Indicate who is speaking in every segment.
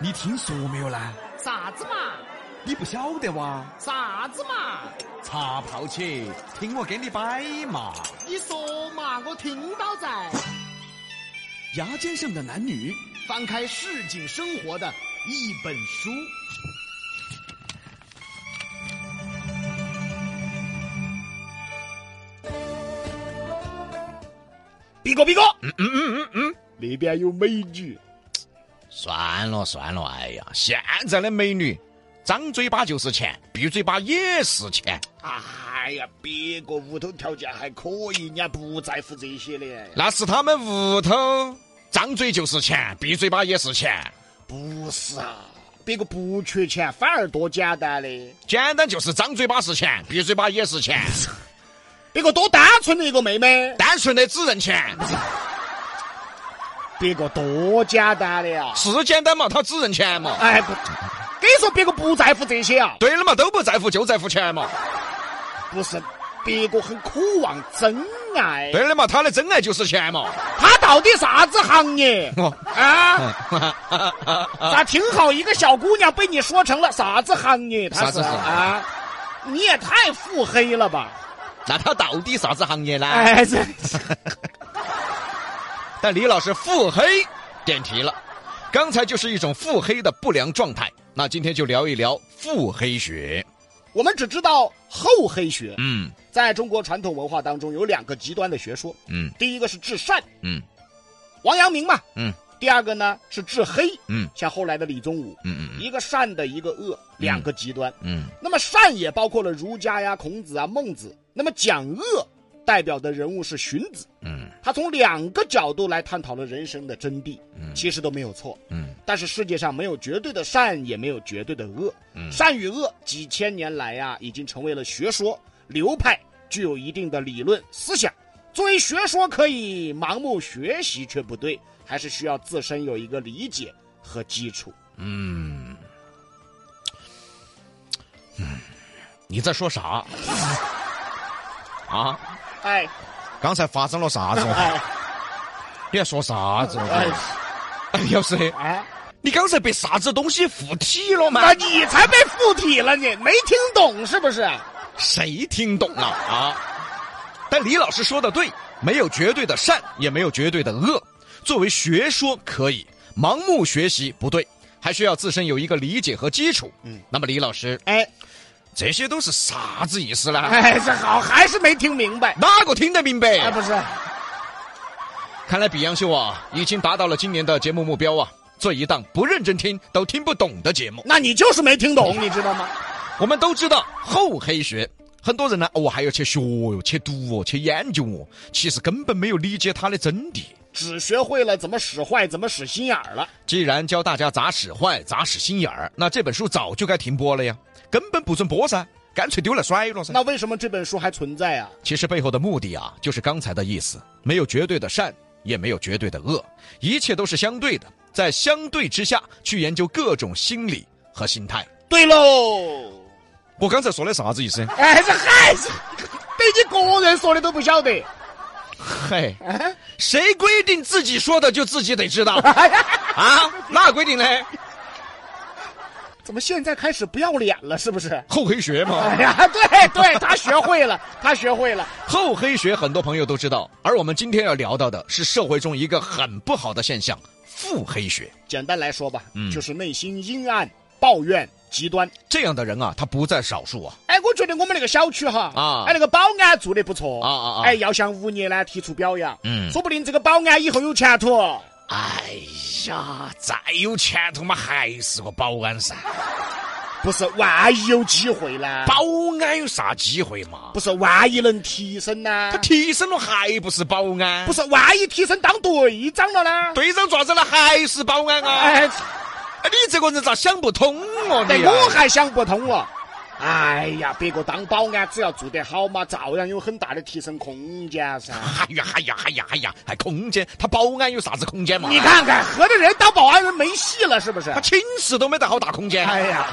Speaker 1: 你听说没有呢？
Speaker 2: 啥子嘛？
Speaker 1: 你不晓得哇？
Speaker 2: 啥子嘛？
Speaker 1: 茶泡起，听我给你摆嘛。
Speaker 2: 你说嘛，我听到在。
Speaker 3: 牙尖上的男女，
Speaker 2: 翻开市井生活的一本书。
Speaker 4: 比哥，比哥，
Speaker 5: 嗯嗯嗯嗯嗯，
Speaker 4: 那边有美女，
Speaker 5: 算了算了，哎呀，现在的美女，张嘴巴就是钱，闭嘴巴也是钱。
Speaker 4: 哎呀，别个屋头条件还可以，人家不在乎这些的。
Speaker 5: 那是他们屋头张嘴就是钱，闭嘴巴也是钱，
Speaker 4: 不是啊，别个不缺钱，反而多简单的。
Speaker 5: 简单就是张嘴巴是钱，闭嘴巴也是钱，
Speaker 4: 别个多单纯的一个妹妹，
Speaker 5: 单纯的只认钱，
Speaker 4: 别个多简单的啊呀。
Speaker 5: 是简单嘛？他只认钱嘛？
Speaker 4: 哎，不，跟你说，别个不在乎这些啊。
Speaker 5: 对了嘛，都不在乎，就在乎钱嘛。
Speaker 4: 不是，别个很渴望真爱。
Speaker 5: 对了嘛，他的真爱就是钱嘛。
Speaker 4: 他到底啥子 行业？
Speaker 5: 哦
Speaker 4: 啊，咋听好一个小姑娘被你说成了啥子行业？她
Speaker 5: 啥子
Speaker 4: 是
Speaker 5: 行业
Speaker 4: 啊？你也太腹黑了吧！
Speaker 5: 那他到底啥子行业呢？
Speaker 4: 哎，这
Speaker 5: 但李老师腹黑点题了，刚才就是一种腹黑的不良状态。那今天就聊一聊腹黑学。
Speaker 4: 我们只知道厚黑学，
Speaker 5: 嗯
Speaker 4: 在中国传统文化当中有两个极端的学说，
Speaker 5: 嗯
Speaker 4: 第一个是至善，
Speaker 5: 嗯
Speaker 4: 王阳明嘛；
Speaker 5: 嗯
Speaker 4: 第二个呢是至黑，
Speaker 5: 嗯
Speaker 4: 像后来的李宗武，
Speaker 5: 嗯嗯
Speaker 4: 一个善的，一个恶，两个极端。
Speaker 5: 嗯
Speaker 4: 那么善也包括了儒家呀、孔子啊、孟子。那么讲恶代表的人物是荀子，
Speaker 5: 嗯
Speaker 4: 他从两个角度来探讨了人生的真谛，其实都没有错。
Speaker 5: 嗯
Speaker 4: 但是世界上没有绝对的善，也没有绝对的恶。
Speaker 5: 嗯
Speaker 4: 善与恶几千年来呀、已经成为了学说流派，具有一定的理论思想。作为学说，可以盲目学习却不对，还是需要自身有一个理解和基础。
Speaker 5: 嗯。你在说啥？啊？
Speaker 4: 哎
Speaker 5: 刚才发生了啥子？
Speaker 4: 哎
Speaker 5: 你在说啥子？
Speaker 4: 哎
Speaker 5: 哎，李老师，
Speaker 4: 哎！
Speaker 5: 你刚才被啥子东西附体了吗
Speaker 4: 那？你才被附体了你，没听懂是不是？
Speaker 5: 谁听懂了啊？但李老师说的对，没有绝对的善，也没有绝对的恶。作为学说可以，盲目学习不对，还需要自身有一个理解和基础。嗯，那么李老师，
Speaker 4: 哎
Speaker 5: 这些都是啥子意思呢？
Speaker 4: 哎，这好还是没听明白。
Speaker 5: 哪个听得明
Speaker 4: 哎，
Speaker 5: 白？
Speaker 4: 不是，
Speaker 5: 看来比洋秀啊，已经达到了今年的节目目标啊，做一档不认真听都听不懂的节目。
Speaker 4: 那你就是没听懂，你知道吗？
Speaker 5: 我们都知道厚黑学，很多人呢，哦，还要去学哟，去读哦，去研究哦，其实根本没有理解它的真谛。
Speaker 4: 只学会了怎么使坏，怎么使心眼儿了。
Speaker 5: 既然教大家咋使坏、咋使心眼儿，那这本书早就该停播了呀，根本不准播噻，干脆丢了摔了噻。
Speaker 4: 那为什么这本书还存在啊？
Speaker 5: 其实背后的目的啊，就是刚才的意思，没有绝对的善，也没有绝对的恶，一切都是相对的，在相对之下去研究各种心理和心态。
Speaker 4: 对喽，
Speaker 5: 我刚才说的啥子意思？
Speaker 4: 哎，这还是被你个人说的都不晓得。
Speaker 5: 嘿，谁规定自己说的就自己得知 道啊？哪规定的？
Speaker 4: 怎么现在开始不要脸了？是不是？
Speaker 5: 厚黑学嘛。
Speaker 4: 哎呀，对对，他学会了，他学会了。
Speaker 5: 厚黑学很多朋友都知道，而我们今天要聊到的是社会中一个很不好的现象——腹黑学。
Speaker 4: 简单来说吧，
Speaker 5: 嗯
Speaker 4: 就是内心阴暗、抱怨、极端。
Speaker 5: 这样的人啊，他不在少数啊。
Speaker 4: 哎，我觉得我们那个小区哈，
Speaker 5: 啊
Speaker 4: 哎，那个保安做的不错
Speaker 5: 啊啊啊
Speaker 4: 哎，要向物业呢提出表扬，
Speaker 5: 嗯
Speaker 4: 说不定这个保安以后有前途。
Speaker 5: 哎呀，再有前途嘛，还是个保安噻。
Speaker 4: 不是，万一有机会呢？
Speaker 5: 保安有啥机会嘛？
Speaker 4: 不是，万一能提升呢
Speaker 5: 他？提升了还不是保安？
Speaker 4: 不是，万一提升当队长了呢？
Speaker 5: 队长爪子了还是保安啊？
Speaker 4: 哎，
Speaker 5: 你这个人咋想不通哦
Speaker 4: 但
Speaker 5: 你、
Speaker 4: 哎我还想不通了。哎呀，别个当保安只要做得好嘛，照样有很大的提升空间 噻。
Speaker 5: 哎呀，哎呀，哎呀，哎呀，还空间？他保安有啥子空间嘛？
Speaker 4: 你看看，合着人当保安人没戏了，是不是
Speaker 5: 他？寝室都没得好大空间。
Speaker 4: 哎呀，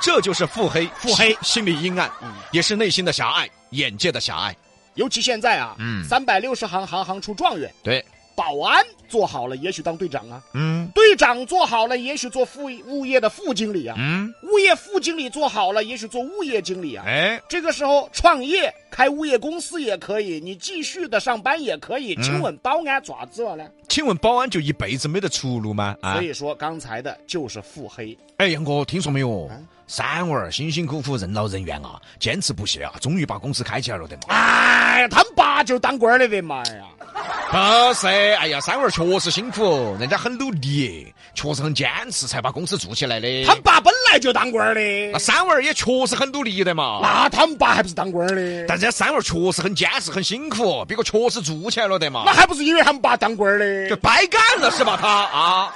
Speaker 5: 这就是腹黑，腹
Speaker 4: 黑嗯
Speaker 5: 心理阴暗，也是内心的狭隘，眼界的狭隘。
Speaker 4: 尤其现在啊，
Speaker 5: 嗯
Speaker 4: 三百六十行，行行出状元。
Speaker 5: 对，
Speaker 4: 保安做好了，也许当队长啊；
Speaker 5: 嗯
Speaker 4: 队长做好了，也许做副物业的副经理啊；
Speaker 5: 嗯，
Speaker 4: 物业副经理做好了，也许做物业经理啊。
Speaker 5: 哎，
Speaker 4: 这个时候创业开物业公司也可以，你继续的上班也可以。请问保安咋子了呢？
Speaker 5: 请问保安就一辈子没得出路吗？嗯啊
Speaker 4: 所，以说刚才的就是腹黑。
Speaker 5: 哎，杨哥，听说没有？
Speaker 4: 啊
Speaker 5: 三娃儿辛辛苦苦任劳任怨啊，坚持不懈啊，终于把公司开起来了的嘛。
Speaker 4: 哎，他们爸就当官儿的的嘛呀！
Speaker 5: 嗯
Speaker 4: 啊
Speaker 5: 不是，哎呀，三娃儿确实辛苦，人家很努力，确实很坚持才把公司做起来的。
Speaker 4: 他们爸本来就当官儿
Speaker 5: 那
Speaker 4: 的，
Speaker 5: 三娃儿也确实很努力的嘛。
Speaker 4: 那他们爸还不是当官儿的？
Speaker 5: 但人家三娃儿确实很坚持，很辛苦，别个确实做起来了的嘛
Speaker 4: 那，还不是因为他们爸当官儿
Speaker 5: 就
Speaker 4: 的？
Speaker 5: 白干了是吧？他啊，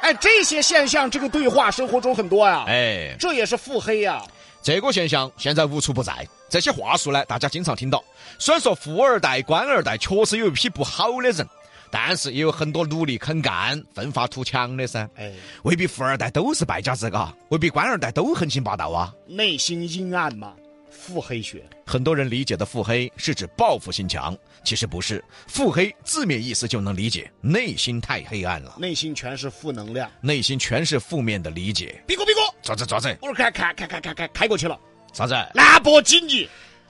Speaker 4: 哎，这些现象，这个对话生活中很多呀、
Speaker 5: 哎，
Speaker 4: 这也是腹黑呀、
Speaker 5: 这个现象现在无处不在。这些话术呢，大家经常听到。虽然说富二代、官二代确实有一批不好的人，但是也有很多努力肯干、奋发图强的噻。
Speaker 4: 哎，
Speaker 5: 未必富二代都是败家子啊，未必官二代都横行霸道啊。
Speaker 4: 内心阴暗嘛，腹黑学。
Speaker 5: 很多人理解的腹黑是指报复心强，其实不是。腹黑字面意思就能理解，内心太黑暗了，
Speaker 4: 内心全是负能量。
Speaker 5: 内心全是负面的理解。
Speaker 4: 比哥，比哥，
Speaker 5: 咋子咋子
Speaker 4: 我看看看看看看开过去了，
Speaker 5: 啥子？
Speaker 4: 兰博基尼。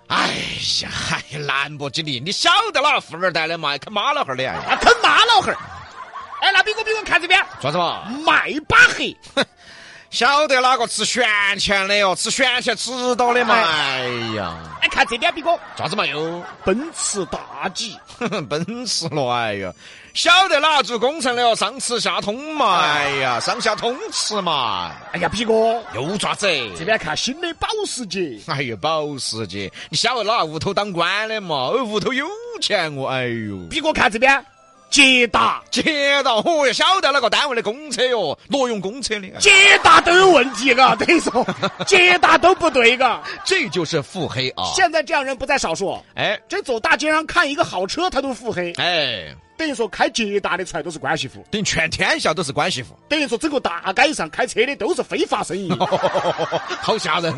Speaker 5: 哎呀，嗨，兰博基尼，你晓得哪富二代的嘛？看妈老汉儿的，哎
Speaker 4: 啊，坑妈老汉儿！哎，那比哥，比哥，看这边，
Speaker 5: 咋子嘛？
Speaker 4: 迈巴赫。
Speaker 5: 晓得哪个吃悬钱的哟？吃悬钱吃到的嘛？哎呀，
Speaker 4: 哎，看这边，比哥，
Speaker 5: 啥子嘛 哟？
Speaker 4: 奔驰大 G。
Speaker 5: 奔驰了，哎呀，晓得哪做工程的哟？上吃下通嘛？哎呀，上下通吃嘛？
Speaker 4: 哎呀，比哥，
Speaker 5: 又爪子？
Speaker 4: 这边看新的保时捷。
Speaker 5: 哎呀，保时捷，你晓得哪屋头当官的嘛？哦，屋头有钱我，哎呦，
Speaker 4: 比哥，看这边，捷达，
Speaker 5: 接到，哦哟，晓得哪个单位的公车哟？挪用公车的。哎
Speaker 4: 捷达都有问题嘎，等于说捷达都不对嘎。
Speaker 5: 这就是腹黑啊！
Speaker 4: 现在这样人不在少数，
Speaker 5: 哎
Speaker 4: 这走大街上看一个好车，他都腹黑。
Speaker 5: 哎，
Speaker 4: 等于说开捷达的出来都是关系户，
Speaker 5: 等全天下都是关系户，
Speaker 4: 等于说整个大街上开车的都是非法生意。
Speaker 5: 好吓人！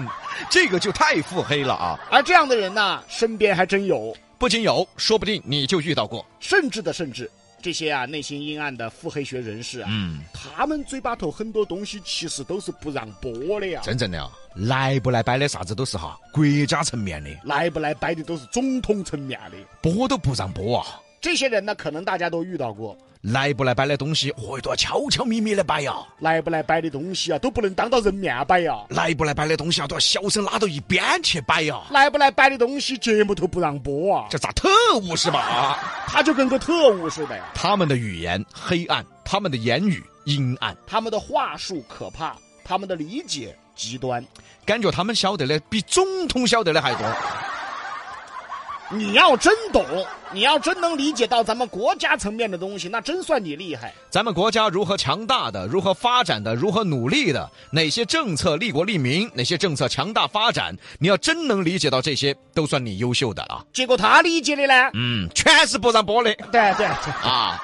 Speaker 5: 这个就太腹黑了啊！
Speaker 4: 而这样的人呐，身边还真有，
Speaker 5: 不仅有，说不定你就遇到过。
Speaker 4: 甚至的甚至，这些啊内心阴暗的腹黑学人士啊，
Speaker 5: 嗯，
Speaker 4: 他们嘴巴头很多东西其实都是不让播的呀，
Speaker 5: 真正的啊，来不来摆的啥子都是哈，国家层面的，
Speaker 4: 来不来摆的都是总统层面的。
Speaker 5: 播都不让播啊。
Speaker 4: 这些人呢，可能大家都遇到过，
Speaker 5: 来不来摆的东西，哦，都要悄悄咪啊咪的摆呀、
Speaker 4: 来不来摆的东西啊，都不能当到人面摆呀。
Speaker 5: 来不来摆的东西啊，都要小声拉到一边去摆呀、
Speaker 4: 来不来摆的东西，节目头不让播啊，
Speaker 5: 这咋特务是吧？啊，
Speaker 4: 他就跟个特务似的呀。
Speaker 5: 他们的语言黑暗，他们的言语阴暗，
Speaker 4: 他们的话术可怕，他们的理解极端。
Speaker 5: 感觉他们晓得的比总统晓得的还多。
Speaker 4: 你要真懂，你要真能理解到咱们国家层面的东西，那真算你厉害。
Speaker 5: 咱们国家如何强大的，如何发展的，如何努力的，哪些政策利国利民，哪些政策强大发展，你要真能理解到这些，都算你优秀的了。
Speaker 4: 结果他理解的呢？
Speaker 5: 嗯，全是不让播的
Speaker 4: 对对对，
Speaker 5: 啊！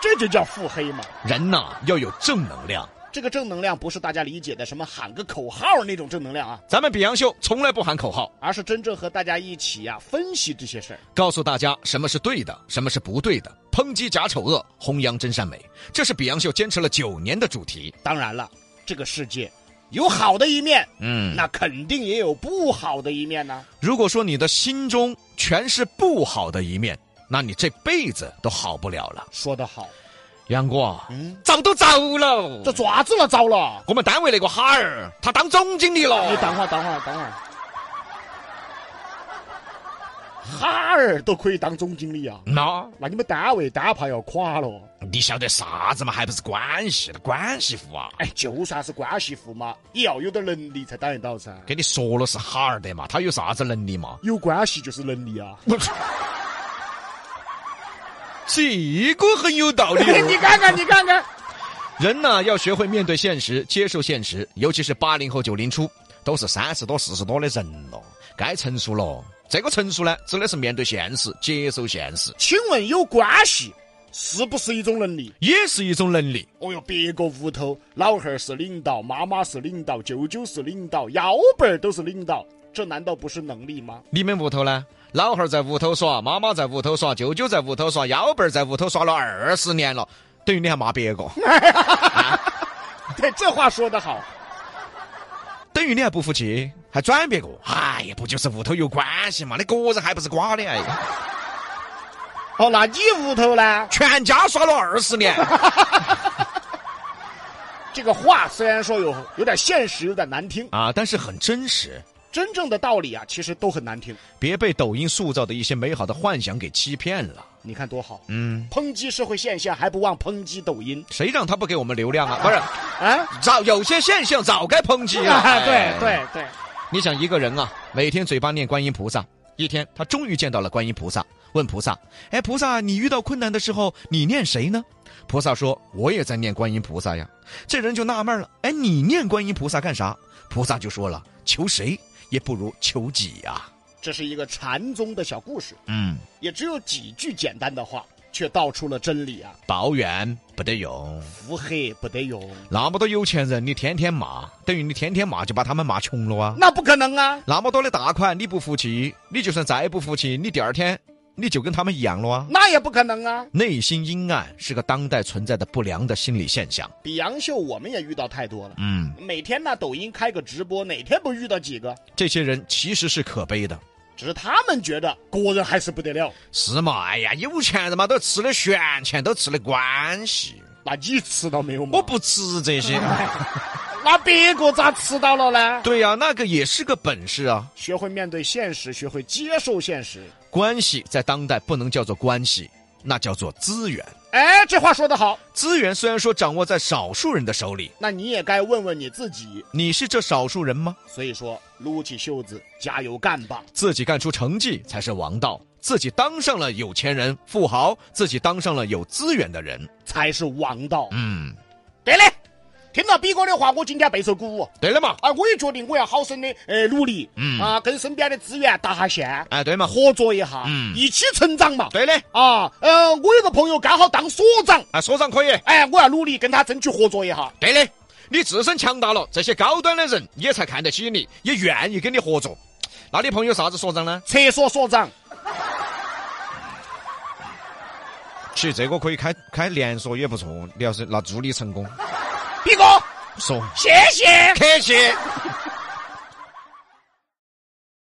Speaker 4: 这就叫腹黑嘛。
Speaker 5: 人呐、要有正能量。
Speaker 4: 这个正能量不是大家理解的什么喊个口号那种正能量啊，
Speaker 5: 咱们比洋秀从来不喊口号，
Speaker 4: 而是真正和大家一起呀、分析这些事儿。
Speaker 5: 告诉大家什么是对的，什么是不对的，抨击假丑恶，弘扬真善美，这是比洋秀坚持了九年的主题。
Speaker 4: 当然了，这个世界有好的一面，
Speaker 5: 嗯，
Speaker 4: 那肯定也有不好的一面呢、
Speaker 5: 如果说你的心中全是不好的一面，那你这辈子都好不了了。
Speaker 4: 说得好，
Speaker 5: 杨哥，
Speaker 4: 嗯，
Speaker 5: 早都走了。
Speaker 4: 这爪子了，糟了！
Speaker 5: 我们单位那个哈儿，他当总经理
Speaker 4: 你
Speaker 5: 了。
Speaker 4: 等会儿，等会儿，等会儿。哈尔都可以当总经理啊，
Speaker 5: 那
Speaker 4: 那你们单位单怕要垮了。
Speaker 5: 你晓得啥子嘛？还不是关系的关系户啊？
Speaker 4: 哎，就算是关系户嘛，也要有点能力才当得到噻。
Speaker 5: 跟你说了是哈儿的嘛，他有啥子能力嘛？
Speaker 4: 有关系就是能力啊。
Speaker 5: 这个很有道理哦
Speaker 4: 你看看，哎你看看，
Speaker 5: 人呢，要学会面对现实，接受现实，尤其是八零后、九零初，都是三十多、四十多的人了，该成熟了。这个成熟呢，指的是面对现实，接受现实，
Speaker 4: 请问有关系是不是一种能力？
Speaker 5: 也是一种能力。
Speaker 4: 哦哟，别个屋头老汉儿是领导，妈妈是领导，舅舅是领导，幺辈儿都是领导，这难道不是能力吗？
Speaker 5: 你们屋头呢？老汉儿在屋头耍，妈妈在屋头耍，舅舅在屋头耍，幺辈儿在屋头耍了二十年了，等于你还骂别 个，
Speaker 4: 对，哎这话说得好。
Speaker 5: 等于你还不服气，还转别个。哎呀，不就是屋头有关系嘛？你个人还不是瓜的？哎 呀，
Speaker 4: 哦，那你屋头呢？
Speaker 5: 全家耍了二十年，
Speaker 4: 这个话虽然说有有点现实，有点难听，
Speaker 5: 啊，但是很真实。
Speaker 4: 真正的道理啊，其实都很难听。
Speaker 5: 别被抖音塑造的一些美好的幻想给欺骗了。
Speaker 4: 你看多好，
Speaker 5: 嗯，
Speaker 4: 抨击社会现象还不忘抨击抖音
Speaker 5: 谁让他不给我们流量啊？不是，
Speaker 4: 啊！
Speaker 5: 早有些现象早该抨击了。
Speaker 4: 对
Speaker 5: 哎
Speaker 4: 对对，
Speaker 5: 你想一个人啊，每天嘴巴念观音菩萨，一天他终于见到了观音菩萨，问菩萨：“哎，菩萨，你遇到困难的时候，你念谁呢？”菩萨说：“我也在念观音菩萨呀。”这人就纳闷了：“哎，你念观音菩萨干啥？”菩萨就说了：“求谁也不如求己呀、
Speaker 4: 这是一个禅宗的小故事，
Speaker 5: 嗯，
Speaker 4: 也只有几句简单的话，却道出了真理啊！
Speaker 5: 保远不得用。
Speaker 4: 腹黑不得用，
Speaker 5: 那么多有钱人，你天天骂，等于你天天骂就把他们骂穷了啊。
Speaker 4: 那不可能啊！
Speaker 5: 那么多的大款，你不服气，你就算再不服气，你第二天你就跟他们一样了啊。
Speaker 4: 那也不可能啊！
Speaker 5: 内心阴暗是个当代存在的不良的心理现象。
Speaker 4: 比洋秀我们也遇到太多了，
Speaker 5: 嗯，
Speaker 4: 每天呢抖音开个直播，哪天不遇到几个？
Speaker 5: 这些人其实是可悲的，
Speaker 4: 只是他们觉得国人还是不得了，
Speaker 5: 是嘛？哎呀，有钱人嘛都吃的闲钱，都吃的关系。
Speaker 4: 那你吃到没有嘛？
Speaker 5: 我，不吃这些。
Speaker 4: 那别个咋吃到了呢？
Speaker 5: 对呀、那个也是个本事啊。
Speaker 4: 学会面对现实，学会接受现实。
Speaker 5: 关系在当代不能叫做关系，那叫做资源。
Speaker 4: 哎，这话说得好，
Speaker 5: 资源虽然说掌握在少数人的手里，
Speaker 4: 那你也该问问你自己。
Speaker 5: 你是这少数人吗？
Speaker 4: 所以说，撸起袖子，加油干吧！
Speaker 5: 自己干出成绩才是王道。自己当上了有钱人、富豪，自己当上了有资源的人。
Speaker 4: 才是王道。
Speaker 5: 嗯，
Speaker 4: 对嘞，听了比哥的话，我今天备受鼓舞
Speaker 5: 对了嘛。
Speaker 4: 啊！我也决定我要好生的呃努力，
Speaker 5: 嗯
Speaker 4: 啊，跟身边的资源搭下线，
Speaker 5: 哎，对嘛，
Speaker 4: 合作一下，
Speaker 5: 嗯
Speaker 4: 一起成长嘛。
Speaker 5: 对的，
Speaker 4: 啊，呃，我有个朋友刚好当所长，
Speaker 5: 啊，所长可以，
Speaker 4: 哎，我要努力跟他争取合作一下。
Speaker 5: 对的，你自身强大了，这些高端的人也才看得起你，也愿意跟你合作。那你朋友啥子所长呢？
Speaker 4: 厕所所长，
Speaker 5: 其实这个可以开开连锁也不错，你要是拿助理成功，
Speaker 4: 比哥，
Speaker 5: 说
Speaker 4: 谢谢。
Speaker 5: 客气。